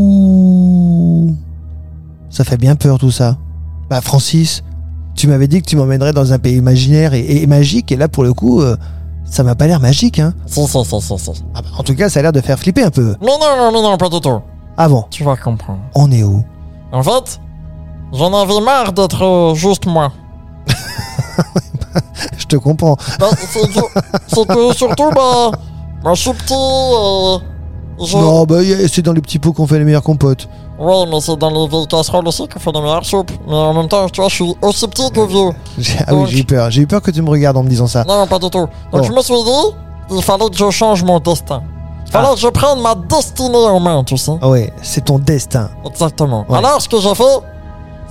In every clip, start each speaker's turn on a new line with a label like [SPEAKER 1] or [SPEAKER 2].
[SPEAKER 1] Ouh. Ça fait bien peur tout ça. Bah Francis, tu m'avais dit que tu m'emmènerais dans un pays imaginaire et, et magique, et là pour le coup, euh, ça m'a pas l'air magique, hein.
[SPEAKER 2] Si, si, si, si, si.
[SPEAKER 1] Ah bah, en tout cas, ça a l'air de faire flipper un peu.
[SPEAKER 2] Mais non, non, mais non, pas du tout.
[SPEAKER 1] Avant,
[SPEAKER 2] Tu vas comprendre.
[SPEAKER 1] on est où
[SPEAKER 2] En fait, j'en avais marre d'être euh, juste moi.
[SPEAKER 1] Je te comprends.
[SPEAKER 2] Bah, c'est que- c'est que surtout, bah, bah, je suis petit. euh, je-
[SPEAKER 1] Non, bah y a- c'est dans les petits pots qu'on fait les meilleures compotes.
[SPEAKER 2] Ouais, mais c'est dans les vieilles casseroles aussi qu'on fait les meilleures soupes. Mais en même temps, tu vois, je suis aussi petit que vieux.
[SPEAKER 1] J'ai- Ah oui,
[SPEAKER 2] Donc-
[SPEAKER 1] j'ai eu peur. J'ai eu peur que tu me regardes en me disant ça.
[SPEAKER 2] Oh, Non, pas du tout.
[SPEAKER 1] Bon.
[SPEAKER 2] Donc je me suis dit, il fallait que je change mon destin. Il fallait que je prenne ma destinée en main, tu sais.
[SPEAKER 1] Ah ouais, c'est ton destin.
[SPEAKER 2] Exactement.
[SPEAKER 1] Ouais.
[SPEAKER 2] Alors, ce que j'ai fait,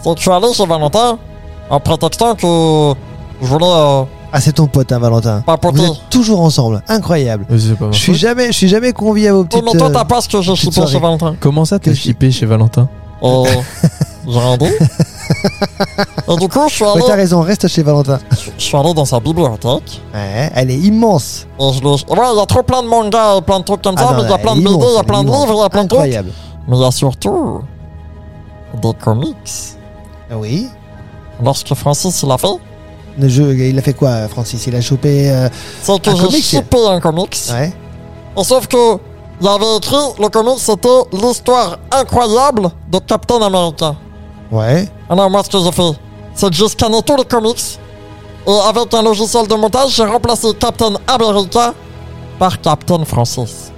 [SPEAKER 2] c'est que je suis allé chez Valentin en prétextant que je voulais... euh,
[SPEAKER 1] Ah, c'est ton pote, hein, Valentin.
[SPEAKER 2] Papoter.
[SPEAKER 1] Vous êtes toujours ensemble. Incroyable.
[SPEAKER 3] Mais c'est pas ma
[SPEAKER 1] Je suis
[SPEAKER 3] faute.
[SPEAKER 1] jamais, je suis jamais convié à vos
[SPEAKER 2] Oui,
[SPEAKER 1] petites.
[SPEAKER 2] mais Oh, toi,
[SPEAKER 1] euh,
[SPEAKER 2] t'as pas ce que j'ai
[SPEAKER 1] petite
[SPEAKER 2] chipé chez
[SPEAKER 1] soirée.
[SPEAKER 2] Valentin.
[SPEAKER 3] Comment ça t'es
[SPEAKER 1] Qu'est-ce qui-
[SPEAKER 3] chippé chez Valentin
[SPEAKER 2] Euh, j'ai rien dit. Et du coup, je suis
[SPEAKER 1] Ouais, t'as
[SPEAKER 2] allé,
[SPEAKER 1] raison, reste chez Valentin.
[SPEAKER 2] je suis allé dans sa bibliothèque.
[SPEAKER 1] Ouais, elle est immense. Ah
[SPEAKER 2] Et je l'ai... Ouais, il y a trop plein de mangas, et plein de trucs comme ça,
[SPEAKER 1] non,
[SPEAKER 2] mais il y a
[SPEAKER 1] elle est
[SPEAKER 2] plein de BD,
[SPEAKER 1] immense,
[SPEAKER 2] il y a
[SPEAKER 1] elle est
[SPEAKER 2] plein de
[SPEAKER 1] immense.
[SPEAKER 2] livres, il y a plein de trucs.
[SPEAKER 1] Incroyable.
[SPEAKER 2] Mais il y a surtout des comics.
[SPEAKER 1] Ah Oui.
[SPEAKER 2] Lorsque Francis il a fait,
[SPEAKER 1] Le jeu, il a fait quoi, Francis Il a chopé. euh,
[SPEAKER 2] c'est que
[SPEAKER 1] Un
[SPEAKER 2] j'ai
[SPEAKER 1] comics
[SPEAKER 2] chipé un comics.
[SPEAKER 1] Ouais.
[SPEAKER 2] Et sauf que il avait écrit, le comics c'était l'histoire incroyable de Captain America.
[SPEAKER 1] Ouais.
[SPEAKER 2] Alors moi ce que j'ai fait, c'est que j'ai scanné tous les comics et avec un logiciel de montage, j'ai remplacé Captain America par Captain Francis.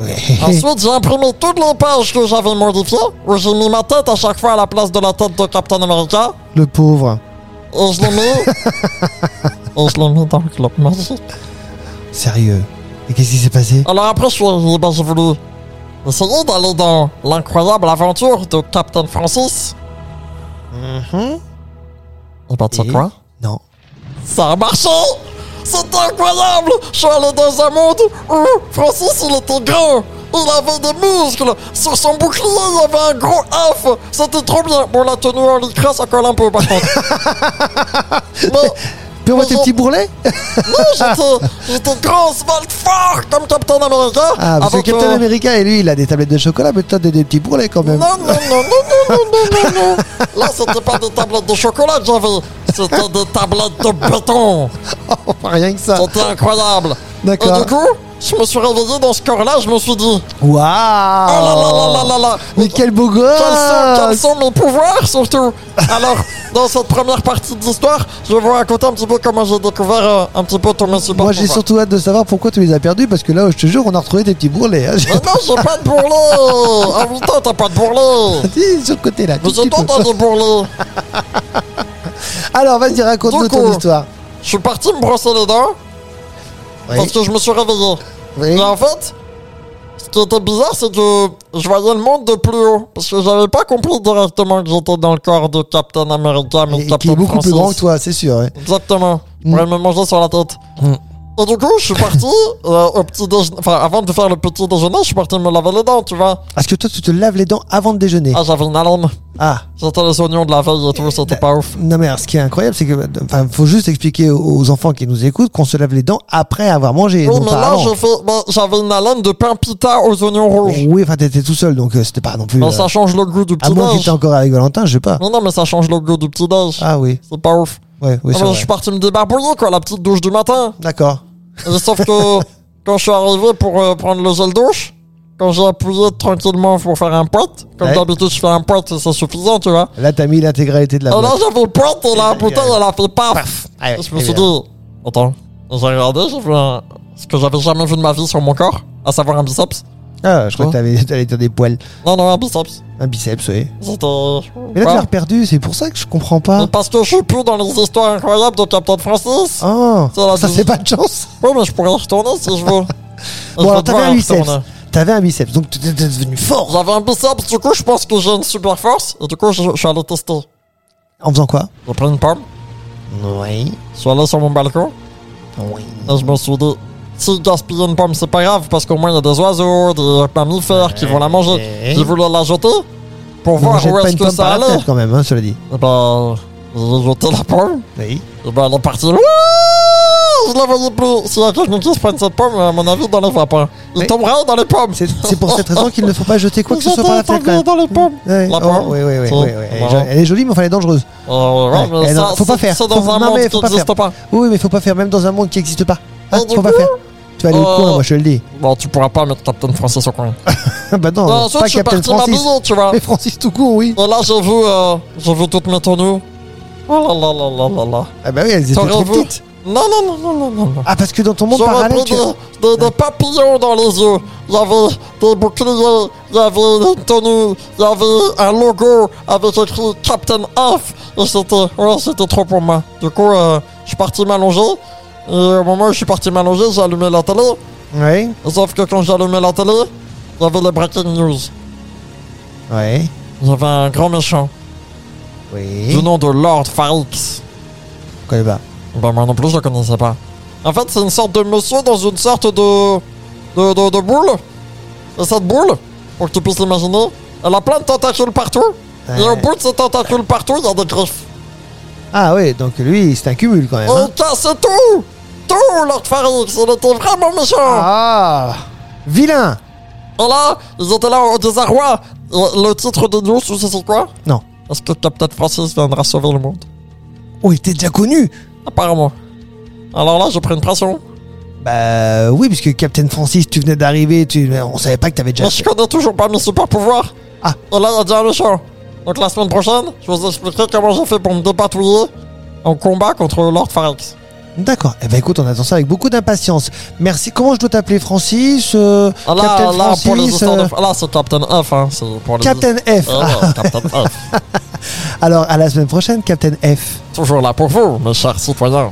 [SPEAKER 1] Ouais.
[SPEAKER 2] Ensuite, j'ai imprimé toutes les pages que j'avais modifiées, où j'ai mis ma tête à chaque fois à la place de la tête de Captain America,
[SPEAKER 1] Le pauvre.
[SPEAKER 2] et je l'ai mis... et je l'ai mis dans le club magique.
[SPEAKER 1] Sérieux. Et qu'est-ce qui s'est passé
[SPEAKER 2] Alors après, je suis allé- ben, j'ai voulu essayer d'aller dans l'incroyable aventure de Captain Francis. Et bah, tu sais
[SPEAKER 1] Mhm. Et
[SPEAKER 2] quoi
[SPEAKER 1] Non.
[SPEAKER 2] Ça a marché C'était incroyable Je suis allé dans un monde où Francis, il était grand il avait des muscles Sur son bouclier, il y avait un gros F C'était trop bien Bon, la tenue en lycra, ça colle un peu, par contre. Mais,
[SPEAKER 1] Puis on voit tes petits bourrelets
[SPEAKER 2] non, j'étais- j'étais grand, svelte, fort, comme Captain America
[SPEAKER 1] Ah, parce que
[SPEAKER 2] avec,
[SPEAKER 1] Captain
[SPEAKER 2] euh,
[SPEAKER 1] America et lui, il a des tablettes de chocolat, mais toi, t'as des petits bourrelets quand même.
[SPEAKER 2] Non, non, non, non, non, non, non, non, non. Là, c'était pas des tablettes de chocolat que j'avais. C'était des tablettes de béton.
[SPEAKER 1] Oh, Rien que ça.
[SPEAKER 2] C'était incroyable.
[SPEAKER 1] D'accord.
[SPEAKER 2] Et du coup, je me suis réveillé dans ce corps-là, je me suis dit... Oh là là là là
[SPEAKER 1] Waouh
[SPEAKER 2] là là
[SPEAKER 1] Mais quel beau
[SPEAKER 2] Quels sont, quels
[SPEAKER 1] gosse
[SPEAKER 2] sont mes pouvoirs, surtout Alors, dans cette première partie de l'histoire, je vais vous raconter un petit peu comment j'ai découvert euh, un petit peu tous mes super
[SPEAKER 1] Moi, j'ai
[SPEAKER 2] pouvoirs.
[SPEAKER 1] surtout hâte de savoir pourquoi tu les as perdus, parce que là, je te jure, on a retrouvé tes petits bourrelets. hein.
[SPEAKER 2] Mais non, j'ai pas de bourrelet Ah oui, toi, t'as pas de bourrelet
[SPEAKER 1] Si, sur le côté là.
[SPEAKER 2] Mais
[SPEAKER 1] tout
[SPEAKER 2] c'est
[SPEAKER 1] petit
[SPEAKER 2] toi,
[SPEAKER 1] peu.
[SPEAKER 2] t'as des bourrelets
[SPEAKER 1] Alors, vas-y, raconte-nous
[SPEAKER 2] Du
[SPEAKER 1] ton
[SPEAKER 2] coup,
[SPEAKER 1] histoire.
[SPEAKER 2] Je suis parti me brosser les dents
[SPEAKER 1] Oui.
[SPEAKER 2] parce que je me suis réveillé.
[SPEAKER 1] Oui.
[SPEAKER 2] Et en fait, ce qui était bizarre, c'est que je voyais le monde de plus haut. Parce que j'avais pas compris directement que j'étais dans le corps de Captain America, mais
[SPEAKER 1] Et- et
[SPEAKER 2] Captain
[SPEAKER 1] qui est beaucoup plus
[SPEAKER 2] Francis.
[SPEAKER 1] grand que toi, c'est sûr. ouais.
[SPEAKER 2] Exactement.
[SPEAKER 1] Mm.
[SPEAKER 2] Ouais, me manger sur la tête.
[SPEAKER 1] Mm.
[SPEAKER 2] Et du coup, je suis parti euh, au petit déjeuner. Enfin, avant de faire le petit déjeuner, je suis parti me laver les dents, tu vois.
[SPEAKER 1] Parce que toi, tu te laves les dents avant de déjeuner.
[SPEAKER 2] Ah, j'avais une haleine.
[SPEAKER 1] Ah.
[SPEAKER 2] J'étais les oignons de la veille et tout, c'était pas ouf.
[SPEAKER 1] Non mais alors, ce qui est incroyable, c'est que, enfin, faut juste expliquer aux- aux enfants qui nous écoutent qu'on se lave les dents après avoir mangé. et
[SPEAKER 2] Oui,
[SPEAKER 1] non
[SPEAKER 2] mais
[SPEAKER 1] pas
[SPEAKER 2] Oh là,
[SPEAKER 1] avant.
[SPEAKER 2] j'ai fait- ben, j'avais une haleine de pain pita aux oignons rouges.
[SPEAKER 1] Oui, enfin, t'étais tout seul, donc euh, c'était pas non plus.
[SPEAKER 2] Mais
[SPEAKER 1] euh,
[SPEAKER 2] ça change le goût du
[SPEAKER 1] à
[SPEAKER 2] petit
[SPEAKER 1] moins que
[SPEAKER 2] déj.
[SPEAKER 1] t'étais encore avec Valentin, je sais pas.
[SPEAKER 2] Non, non, mais ça change le goût du petit déj.
[SPEAKER 1] Ah oui,
[SPEAKER 2] C'est pas ouf.
[SPEAKER 1] ouais, oui, c'est
[SPEAKER 2] Ah ben,
[SPEAKER 1] vrai.
[SPEAKER 2] je suis parti me débarbouiller, quoi, la petite douche du matin.
[SPEAKER 1] D'accord.
[SPEAKER 2] Et sauf que quand je suis arrivé pour euh, prendre le gel douche, quand j'ai appuyé tranquillement pour faire un pote, comme
[SPEAKER 1] Ouais. Ah
[SPEAKER 2] d'habitude je fais un pote et c'est suffisant, tu vois.
[SPEAKER 1] Là, t'as mis l'intégralité de la.
[SPEAKER 2] Et là
[SPEAKER 1] boîte.
[SPEAKER 2] j'avais le pote et la
[SPEAKER 1] Ouais,
[SPEAKER 2] bouteille
[SPEAKER 1] ouais.
[SPEAKER 2] elle a fait paf.
[SPEAKER 1] Ah ouais,
[SPEAKER 2] Et Ah je me suis
[SPEAKER 1] évidemment.
[SPEAKER 2] dit, attends, j'ai regardé, j'ai vu un- ce que j'avais jamais vu de ma vie sur mon corps, à savoir un biceps.
[SPEAKER 1] Ah, je
[SPEAKER 2] Oh.
[SPEAKER 1] crois que t'avais, t'allais dire des poils,
[SPEAKER 2] Non, non, un biceps.
[SPEAKER 1] un biceps, oui.
[SPEAKER 2] C'était.
[SPEAKER 1] Mais là, tu
[SPEAKER 2] Ouais.
[SPEAKER 1] l'as perdu, c'est pour ça que je comprends pas.
[SPEAKER 2] Mais parce que je suis plus dans les histoires incroyables de Captain Francis.
[SPEAKER 1] Ah,
[SPEAKER 2] Ça, là,
[SPEAKER 1] ça
[SPEAKER 2] c'est-
[SPEAKER 1] c'est pas de chance.
[SPEAKER 2] Oui, mais je pourrais y retourner si je veux. Je
[SPEAKER 1] Bon,
[SPEAKER 2] vais
[SPEAKER 1] alors
[SPEAKER 2] devoir
[SPEAKER 1] t'avais un
[SPEAKER 2] y
[SPEAKER 1] biceps.
[SPEAKER 2] retourner.
[SPEAKER 1] T'avais un biceps, donc t'étais devenu fort.
[SPEAKER 2] J'avais un biceps, du coup, je pense que j'ai une super force. Et du coup, je, je suis allé tester.
[SPEAKER 1] En faisant quoi
[SPEAKER 2] J'ai pris une pomme,
[SPEAKER 1] Oui.
[SPEAKER 2] je suis allé sur mon balcon,
[SPEAKER 1] Oui.
[SPEAKER 2] et je me suis dit, si gaspiller une pomme, c'est pas grave, parce qu'au moins, il y a des oiseaux, des mammifères qui vont la manger.
[SPEAKER 1] Ouais.
[SPEAKER 2] J'ai voulu la jeter eh pour
[SPEAKER 1] On
[SPEAKER 2] voir
[SPEAKER 1] jette
[SPEAKER 2] où
[SPEAKER 1] pas
[SPEAKER 2] est-ce
[SPEAKER 1] une
[SPEAKER 2] que
[SPEAKER 1] pomme
[SPEAKER 2] ça
[SPEAKER 1] par la
[SPEAKER 2] allait.
[SPEAKER 1] tête quand même, hein, cela dit.
[SPEAKER 2] Et ben, j'ai jeté la pomme,
[SPEAKER 1] Oui.
[SPEAKER 2] et ben, elle est partie. Wouh je la voyais plus. S'il y a quelqu'un qui se prend cette pomme, à mon avis, dans les vapeurs. Il
[SPEAKER 1] Mais-
[SPEAKER 2] tombera dans les pommes.
[SPEAKER 1] C'est c'est pour cette raison qu'il ne faut pas jeter quoi que ce soit par la fenêtre. quand même.
[SPEAKER 2] dans les pommes.
[SPEAKER 1] Ouais,
[SPEAKER 2] La
[SPEAKER 1] oh,
[SPEAKER 2] pomme.
[SPEAKER 1] oui, oui, oui,
[SPEAKER 2] Ça,
[SPEAKER 1] oui, oui. Elle, est
[SPEAKER 2] marrant.
[SPEAKER 1] jo- elle est jolie, mais enfin, elle est dangereuse.
[SPEAKER 2] Euh, ouais, mais
[SPEAKER 1] Ouais, Eh
[SPEAKER 2] ça,
[SPEAKER 1] non, faut pas
[SPEAKER 2] c'est-
[SPEAKER 1] faire.
[SPEAKER 2] C'est dans
[SPEAKER 1] Faut-
[SPEAKER 2] un
[SPEAKER 1] non, mais
[SPEAKER 2] monde
[SPEAKER 1] faut
[SPEAKER 2] qui
[SPEAKER 1] pas
[SPEAKER 2] n'existe
[SPEAKER 1] faire.
[SPEAKER 2] pas.
[SPEAKER 1] Oui, mais faut pas faire, même dans un monde qui n'existe pas. Hein,
[SPEAKER 2] Et du
[SPEAKER 1] faut pas
[SPEAKER 2] coup,
[SPEAKER 1] faire. Tu vas aller au
[SPEAKER 2] euh,
[SPEAKER 1] coin, moi je te le dis.
[SPEAKER 2] Bon, tu pourras pas mettre Captain Francis au coin.
[SPEAKER 1] bah non,
[SPEAKER 2] Non, ensuite,
[SPEAKER 1] pas
[SPEAKER 2] je suis
[SPEAKER 1] Captain
[SPEAKER 2] parti
[SPEAKER 1] Francis.
[SPEAKER 2] m'habiller, tu vois.
[SPEAKER 1] Mais Francis tout court, oui.
[SPEAKER 2] Et là, j'ai vu, euh, j'ai vu toutes mes tenues. Oh là là là là là là.
[SPEAKER 1] Ah bah oui, elles étaient
[SPEAKER 2] T'aurais
[SPEAKER 1] trop
[SPEAKER 2] vu
[SPEAKER 1] petites.
[SPEAKER 2] Non, non, non, non, non, non, non.
[SPEAKER 1] Ah, parce que dans ton monde
[SPEAKER 2] J'aurais
[SPEAKER 1] parallèle,
[SPEAKER 2] pris
[SPEAKER 1] tu...
[SPEAKER 2] des, des, des papillons dans les yeux. Il y avait des boucliers, il y avait une tenue, il y avait un logo avec écrit Captain Off. Et c'était, ouais, c'était trop pour moi. Du coup, euh, je suis parti m'allonger. Et au moment où je suis parti m'allonger, j'ai allumé la télé.
[SPEAKER 1] Ouais,
[SPEAKER 2] Sauf que quand j'ai allumé la télé, il y avait les breaking news.
[SPEAKER 1] ouais,
[SPEAKER 2] Il y avait un grand méchant
[SPEAKER 1] oui.
[SPEAKER 2] du nom de Lord Farix.
[SPEAKER 1] Je connais pas.
[SPEAKER 2] Ben moi non plus je le connaissais pas. En fait c'est une sorte de monsieur dans une sorte de... de, de, de boule. Et cette boule, pour que tu puisses l'imaginer, elle a plein de tentacules partout. Et au
[SPEAKER 1] Ouais.
[SPEAKER 2] bout de ces tentacules partout, il y a des griffes.
[SPEAKER 1] Ah ouais, donc lui, c'est un cumul quand même.
[SPEAKER 2] Et
[SPEAKER 1] hein.
[SPEAKER 2] il cassait tout Tout, Lord Farix, il était vraiment méchant
[SPEAKER 1] Ah Vilain
[SPEAKER 2] Et là, ils étaient là au désarroi. Et Le titre de news, tu sais c'est quoi
[SPEAKER 1] Non.
[SPEAKER 2] Est-ce que Captain Francis viendra sauver le monde
[SPEAKER 1] Oh, il était déjà connu
[SPEAKER 2] Apparemment. Alors là, j'ai pris une pression.
[SPEAKER 1] Bah oui, puisque Captain Francis, tu venais d'arriver, tu... on savait pas que t'avais déjà...
[SPEAKER 2] Mais je connais toujours pas mes super pouvoirs.
[SPEAKER 1] Ah.
[SPEAKER 2] Et là, il y a déjà le champ. Donc la semaine prochaine, je vous expliquerai comment j'ai fait pour me dépatouiller en combat contre Lord Farex.
[SPEAKER 1] D'accord. Eh ben écoute, on attend ça avec beaucoup d'impatience. Merci. Comment je dois t'appeler Francis euh,
[SPEAKER 2] Ah là,
[SPEAKER 1] Captain
[SPEAKER 2] là, pour les
[SPEAKER 1] Francis
[SPEAKER 2] histoires
[SPEAKER 1] euh,
[SPEAKER 2] de... Ah, Là, c'est Captain F, hein. C'est pour les...
[SPEAKER 1] Captain F.
[SPEAKER 2] Ah, ouais, Captain F.
[SPEAKER 1] Alors, à la semaine prochaine, Captain F.
[SPEAKER 2] Toujours là pour vous, mes chers citoyens.